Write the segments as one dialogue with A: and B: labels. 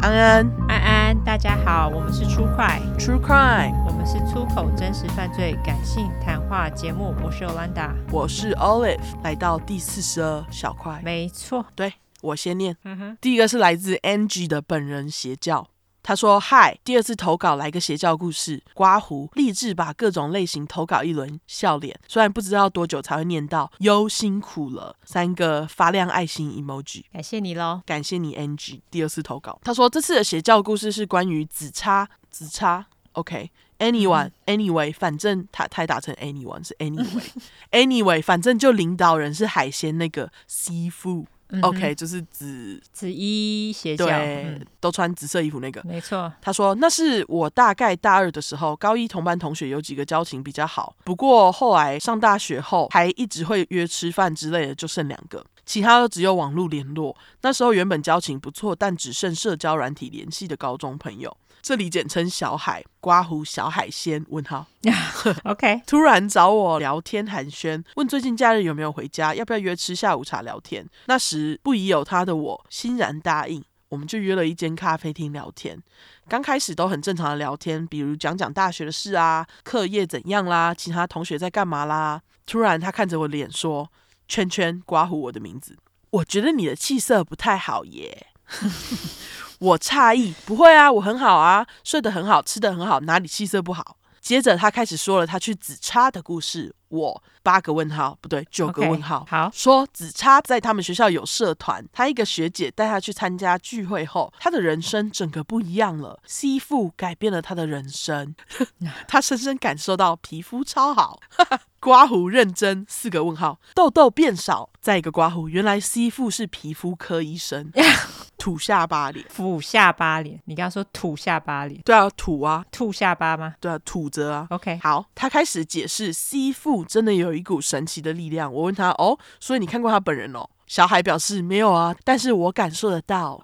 A: 安安
B: 安安，大家好，我们是出快，
A: ，True Crime，
B: 我们是出口真实犯罪感性谈话节目，我是 Olanda，
A: 我是 Olive，来到第四十二小块，
B: 没错，
A: 对我先念。
B: 嗯哼，
A: 第一个是来自 Angie 的本人邪教，他说：“嗨，第二次投稿来个邪教故事，刮胡励志把各种类型投稿一轮，笑脸。虽然不知道多久才会念到，忧辛苦了。”三个发亮爱心 emoji。
B: 感谢你喽，
A: 感谢你，NG 第二次投稿。他说这次的邪教故事是关于子叉子叉，OK。Anyone, anyway，反正他他也打成 anyone 是 anyway，anyway，反正就领导人是海鲜那个 seafood，OK，、
B: 嗯哼
A: 就是紫
B: 子一邪教，
A: 对、
B: 嗯，
A: 都穿紫色衣服那个。
B: 没错，
A: 他说：“那是我大概大二的时候，高一同班同学有几个交情比较好，不过后来上大学后还一直会约吃饭之类的，就剩两个，其他都只有网络联络。那时候原本交情不错，但只剩社交软体联系的高中朋友，这里简称小海，刮胡小海鲜？问号。”
B: OK，
A: 突然找我聊天寒暄，问最近假日有没有回家，要不要约吃下午茶聊天。那时不疑有他的我欣然答应，我们就约了一间咖啡厅聊天。刚开始都很正常的聊天，比如讲讲大学的事啊，课业怎样啦，其他同学在干嘛啦。突然他看着我脸说：“圈圈，刮胡我的名字，我觉得你的气色不太好耶。” 我诧异，不会啊，我很好啊，睡得很好，吃得很好，哪里气色不好？接着他开始说了他去紫叉的故事，我八个问号，不对，九个
B: OK，
A: 问号。
B: 好
A: 说紫叉在他们学校有社团，他一个学姐带他去参加聚会后，他的人生整个不一样了，吸附改变了他的人生， 他深深感受到皮肤超好。 刮胡认真四个问号，痘痘变少，再一个刮胡，原来吸附是皮肤科医生，土下巴脸，
B: 俯下巴脸，你刚刚说吐下巴脸，
A: 对啊，土啊，
B: 吐下巴吗
A: 对啊，土着啊，
B: ？OK，
A: 好，他开始解释吸附真的有一股神奇的力量。我问他哦，所以你看过他本人哦？小海表示没有啊，但是我感受得 到。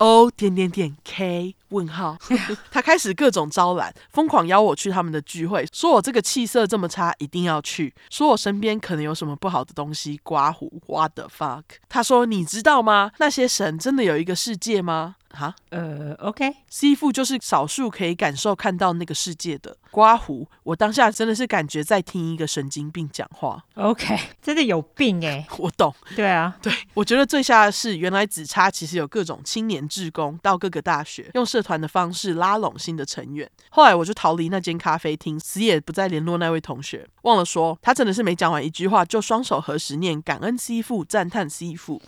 A: O 点点点 K 问号， 他开始各种招揽，疯狂邀我去他们的聚会，说我这个气色这么差，一定要去，说我身边可能有什么不好的东西，刮胡，what the fuck？他说你知道吗？那些神真的有一个世界吗？哈，
B: 呃，OK，
A: 吸附就是少数可以感受看到那个世界的刮胡。我当下真的是感觉在听一个神经病讲话，
B: OK，真的有病哎、
A: 我懂。
B: 对啊，
A: 对我觉得最吓的是，原来紫叉其实有各种青年志工到各个大学，用社团的方式拉拢新的成员。后来我就逃离那间咖啡厅，死也不再联络那位同学。忘了说，他真的是没讲完一句话，就双手合十念感恩吸父，赞叹吸父。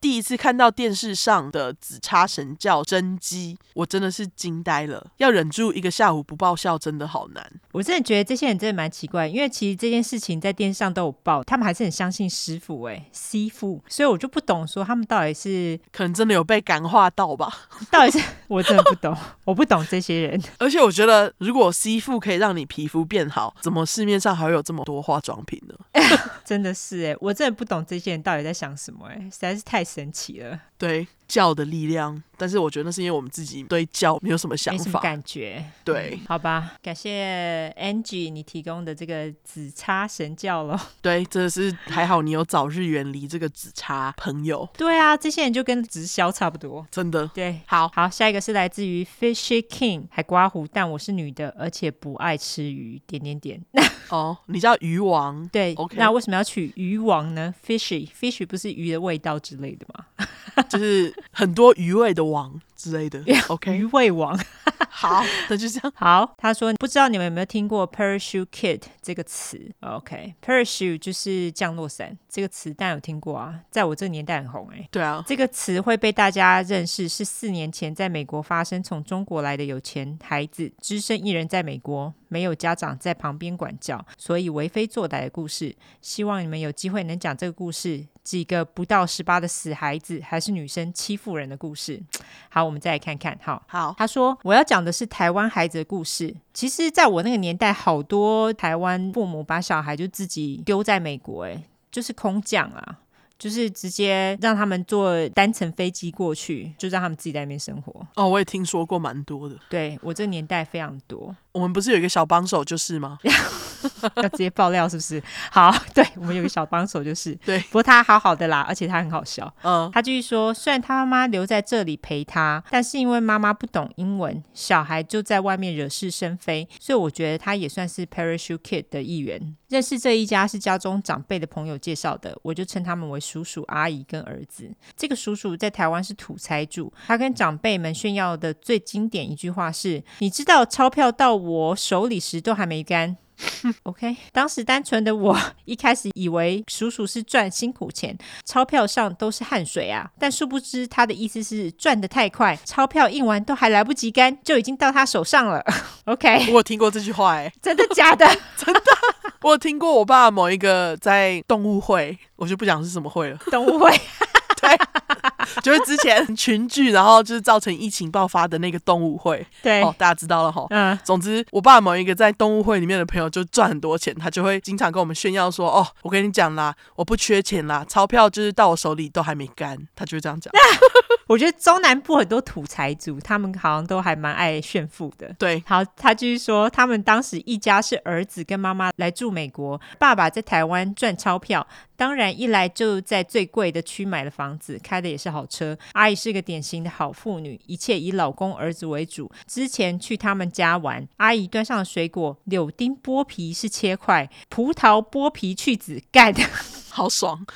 A: 第一次看到电视上的紫叉神教真姬，我真的是惊呆了。要忍住一个下午不爆笑，真的好难。
B: 我真的觉得这些人真的蛮奇怪，因为其实这件事情在电视上都有报，他们还是很相信师傅哎、师傅，所以我就不懂说他们到底是
A: 可能真的有被感化到吧。
B: 到底是 我真的不懂，我不懂这些人。
A: 而且我觉得，如果吸附可以让你皮肤变好，怎么市面上还会有这么多化妆品呢？
B: 真的是哎、我真的不懂这些人到底在想什么哎、实在是太神奇了，
A: 对教的力量，但是我觉得那是因为我们自己对教没有什么想
B: 没什么
A: 法。
B: 感觉。
A: 对
B: 好吧，感谢 Angie 你提供的这个紫叉神教咯。
A: 对，真的是还好你有早日远离这个紫叉朋友，
B: 对啊，这些人就跟直销差不多。
A: 真的
B: 对，
A: 好。
B: 好，下一个是来自于 Fishy King 海瓜湖，但我是女的，而且不爱吃鱼，点点点。
A: 哦，你叫鱼王，
B: 对
A: OK
B: 那为什么要取鱼王呢？Fishy，Fishy 不是鱼的味道之类的吗
A: 就是很多鱼味的王之类 的。OK，
B: 鱼味王。
A: 好，那就这样。
B: 好，他说不知道你们有没有听过 parachute kid 这个词？OK，parachute、就是降落伞这个词，但有听过啊，在我这个年代很红哎、
A: 对啊，
B: 这个词会被大家认识，是四年前在美国发生从中国来的有钱孩子，只身一人在美国，没有家长在旁边管教，所以为非作歹的故事。希望你们有机会能讲这个故事，几个不到十八的死孩子还是女生欺负人的故事。好，我们再来看看，好。
A: 好，
B: 他说：“我要讲的是台湾孩子的故事。其实，在我那个年代，好多台湾父母把小孩就自己丢在美国、欸，就是空降啊，就是直接让他们坐单程飞机过去，就让他们自己在那边生活。
A: 哦，我也听说过蛮多的。
B: 对我这个年代非常多。
A: 我们不是有一个小帮手就是吗？
B: 要直接爆料是不是？ 好，对我们有个小帮手就是，
A: 对
B: 不过他好好的啦，而且他很好笑。
A: 嗯，
B: 他继续说，虽然他妈妈留在这里陪他，但是因为妈妈不懂英文，小孩就在外面惹是生非，所以我觉得他也算是 Parachute Kid 的一员。认识这一家是家中长辈的朋友介绍的，我就称他们为叔叔、阿姨跟儿子。这个叔叔在台湾是土财主，他跟长辈们炫耀的最经典一句话是：“你知道钞票到我手里时都还没干。” OK，当时单纯的我 一开始以为叔叔是赚辛苦钱，钞票上都是汗水啊，但殊不知他的意思是赚得太快，钞票印完都还来不及干，就已经到他手上了。OK，
A: 我有听过这句话、欸，
B: 真的假的？
A: 我有听过我爸某一个在动物会，我就不讲是什么会了，
B: 懂误会？
A: 就是之前群聚，然后就是造成疫情爆发的那个动物会，
B: 对，
A: 哦，大家知道了哈。
B: 嗯，
A: 总之，我爸某一个在动物会里面的朋友就赚很多钱，他就会经常跟我们炫耀说：“哦，我跟你讲啦，我不缺钱啦，钞票就是到我手里都还没干。”他就会这样讲。
B: 我觉得中南部很多土财主，他们好像都还蛮爱炫富的。
A: 对，
B: 好，他继续说，他们当时一家是儿子跟妈妈来住美国，爸爸在台湾赚钞票，当然一来就在最贵的区买了房子，开的也是好车。阿姨是个典型的好妇女，一切以老公儿子为主。之前去他们家玩，阿姨端上了水果，柳丁剥皮是切块，葡萄剥皮去籽干。
A: 好爽。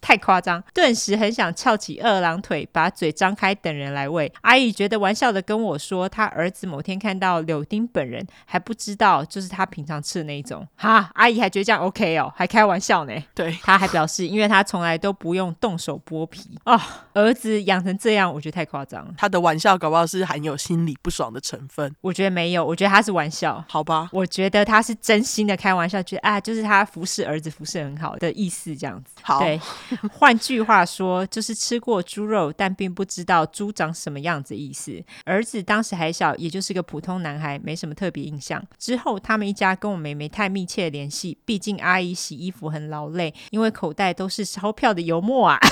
B: 太夸张，顿时很想翘起二郎腿，把嘴张开等人来喂。阿姨觉得玩笑的跟我说，她儿子某天看到柳丁本人，还不知道就是他平常吃的那一种。哈，阿姨还觉得这样 OK 哦，还开玩笑呢。
A: 对，
B: 她还表示，因为她从来都不用动手剥皮哦，儿子养成这样，我觉得太夸张了。
A: 他的玩笑搞不好是含有心理不爽的成分，
B: 我觉得没有，我觉得他是玩笑。
A: 好吧？
B: 我觉得他是真心的开玩笑，觉得啊，就是他服侍儿子服侍得很好的意思，这样子。
A: 好，
B: 对，换句话说，就是吃过猪肉，但并不知道猪长什么样子意思。儿子当时还小，也就是个普通男孩，没什么特别印象。之后他们一家跟我妹妹太密切联系，毕竟阿姨洗衣服很劳累，因为口袋都是钞票的油墨 啊。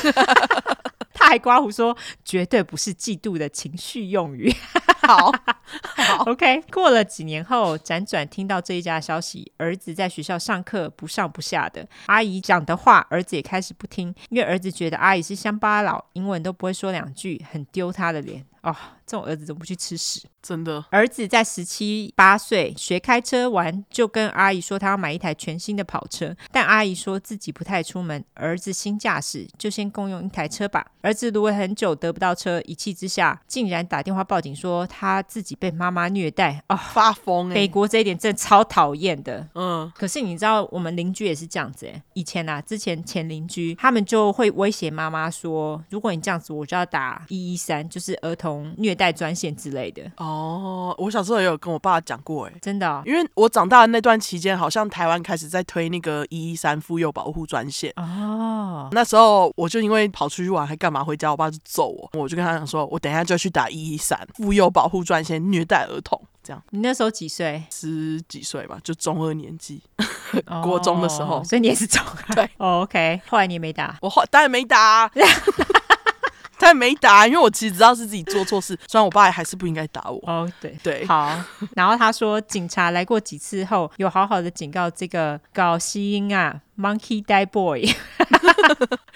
B: 他还刮胡说，绝对不是嫉妒的情绪用语。
A: 好，
B: OK，过了几年后，辗转听到这一家的消息，儿子在学校上课不上不下的，阿姨讲的话，儿子也开始不听，因为儿子觉得阿姨是乡巴佬，英文都不会说两句，很丢他的脸。哦，这种儿子怎么不去吃屎？
A: 真的
B: 儿子在十七八岁学开车玩，就跟阿姨说他要买一台全新的跑车，但阿姨说自己不太出门，儿子新驾驶，就先共用一台车吧。儿子芦苇很久得不到车，一气之下竟然打电话报警说他自己被妈妈虐待。哦，
A: 发疯哎、
B: 美国这一点真的超讨厌的。
A: 嗯，
B: 可是你知道，我们邻居也是这样子、欸。以前啊，之前前邻居他们就会威胁妈妈说，如果你这样子，我就要打一一三，就是儿童虐待专线之类的。
A: 哦，我小时候也有跟我爸讲过哎、
B: 真的、哦，
A: 因为我长大的那段期间，好像台湾开始在推那个一一三妇幼保护专线。
B: 哦，
A: 那时候我就因为跑出去玩还干嘛，回家我爸就揍我，我就跟他讲说，我等一下就要去打一一三妇幼保护专线虐待儿童，这样
B: 你那时候几岁？
A: 十几岁吧，就中二年纪， 国中的时候
B: 哦所以你也是中 二。
A: 对
B: 哦，OK。后来你也没打，
A: 我后当然没打、啊。当然没打啊，因为我其实知道是自己做错事，虽然我爸还是不应该打我。
B: 哦，对。
A: 对，
B: 好，然后他说，警察来过几次后，有好好的警告这个搞西音啊，Monkey Die Boy。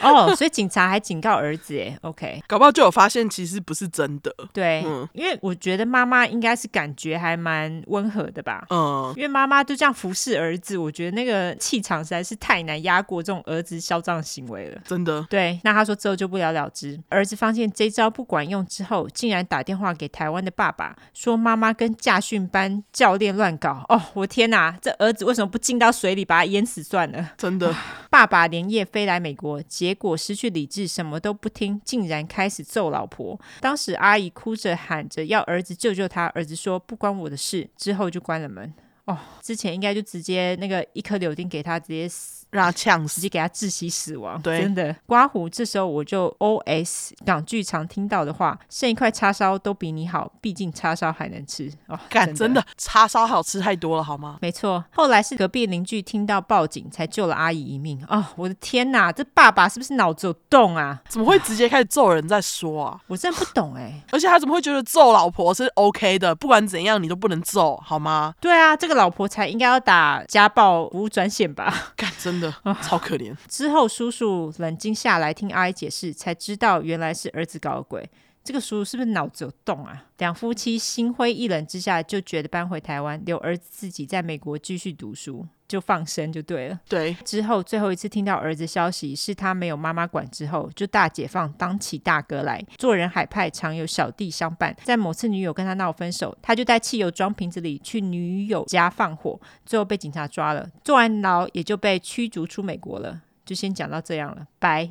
B: 哦，所以警察还警告儿子耶，OK，
A: 搞不好就有发现，其实不是真的。
B: 对，
A: 嗯
B: 因为我觉得妈妈应该是感觉还蛮温和的吧，
A: 嗯，
B: 因为妈妈就这样服侍儿子，我觉得那个气场实在是太难压过这种儿子嚣张的行为了。
A: 真的
B: 对，那他说之后就不了了之。儿子发现这招不管用之后，竟然打电话给台湾的爸爸，说妈妈跟驾训班教练乱搞。哦，我天哪，这儿子为什么不浸到水里把他淹死算了？
A: 真的，
B: 爸爸连夜飞来美国，结果失去理智，什么都不听，竟然开始揍老婆。当时阿姨哭着喊着要儿子救救她，儿子说不关我的事，之后就关了门。哦，之前应该就直接那个一颗柳丁给他，直接死
A: 让他呛
B: 直
A: 死。
B: 接给他窒息死亡。
A: 对
B: 真的，刮胡。这时候我就 O S 港剧常听到的话，剩一块叉烧都比你好，毕竟叉烧还能吃。哦，
A: 干，
B: 真
A: 真的叉烧好吃太多了，好吗？
B: 没错，后来是隔壁邻居听到报警，才救了阿姨一命。哦，我的天哪，这爸爸是不是脑子有洞啊？
A: 怎么会直接开始揍人再说啊？
B: 我真的不懂哎、
A: 而且他怎么会觉得揍老婆是 OK 的？不管怎样，你都不能揍，好吗？
B: 对啊，这个老婆才应该要打家暴服务专线吧？
A: 干，真的
B: 啊
A: 超可怜。
B: 之后叔叔冷静下来听阿姨解释，才知道原来是儿子搞的鬼。这个叔叔是不是脑子有洞啊？两夫妻心灰意冷之下，就决得搬回台湾，留儿子自己在美国继续读书，就放生就对了。
A: 对，
B: 之后最后一次听到儿子消息是他没有妈妈管之后，就大解放，当起大哥来。做人海派常有小弟相伴，在某次女友跟他闹分手，他就带汽油装瓶子里去女友家放火，最后被警察抓了，坐完牢也就被驱逐出美国了。就先讲到这样了，拜。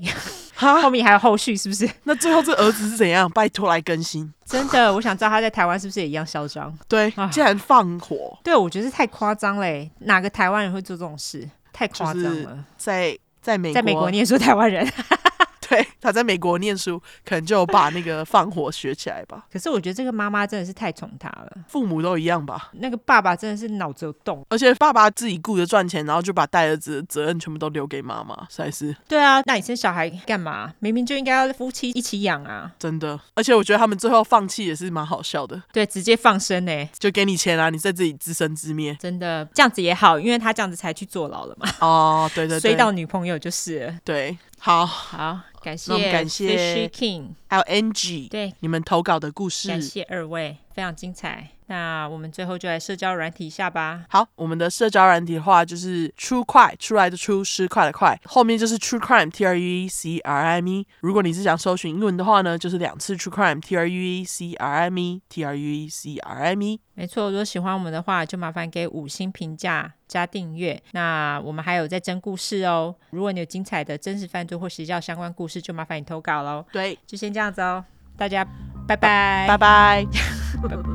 B: 后
A: 哈，
B: 面还有后续是不是？
A: 那最后这儿子是怎样？拜托来更新。
B: 真的，我想知道他在台湾是不是也一样嚣张？
A: 对
B: 啊，
A: 竟然放火，
B: 对，我觉得是太夸张嘞，哪个台湾人会做这种事？太夸张了。
A: 就是在在美国，
B: 在美国，念书台湾人。
A: 对，他在美国念书，可能就有把那个放火学起来吧。
B: 可是我觉得这个妈妈真的是太宠他了，
A: 父母都一样吧，
B: 那个爸爸真的是脑子有洞。
A: 而且爸爸自己顾着赚钱，然后就把带儿子的责任全部都留给妈妈，实在是
B: 对啊，那你生小孩干嘛？明明就应该要夫妻一起养啊。
A: 真的。而且我觉得他们最后放弃也是蛮好笑的，
B: 对，直接放生呢、欸
A: 就给你钱啊，你在自己自生自灭。
B: 真的这样子也好，因为他这样子才去坐牢了嘛，
A: 哦，对对
B: 追
A: 对，
B: 到女朋友就是了。
A: 对，好，
B: 好，感谢
A: 那我们感谢
B: Fishy King，
A: 还有 Angie，
B: 对，
A: 你们投稿的故事
B: 感。谢二位，非常精彩。那我们最后就来社交软体一下吧。
A: 好，我们的社交软体的话就是 True 快出来的出，失快的快，后面就是 True Crime T R U E C R I M E。如果你是想搜寻英文的话呢，就是两次 True Crime T R U E C R I M E T R U E C R I M E。
B: 没错，如果喜欢我们的话，就麻烦给五星评价加订阅。那我们还有在征故事哦，如果你有精彩的真实犯罪或邪教相关故事，就麻烦你投稿喽。
A: 对，
B: 就先这样子哦，大家拜拜，
A: 拜拜。
B: 拜拜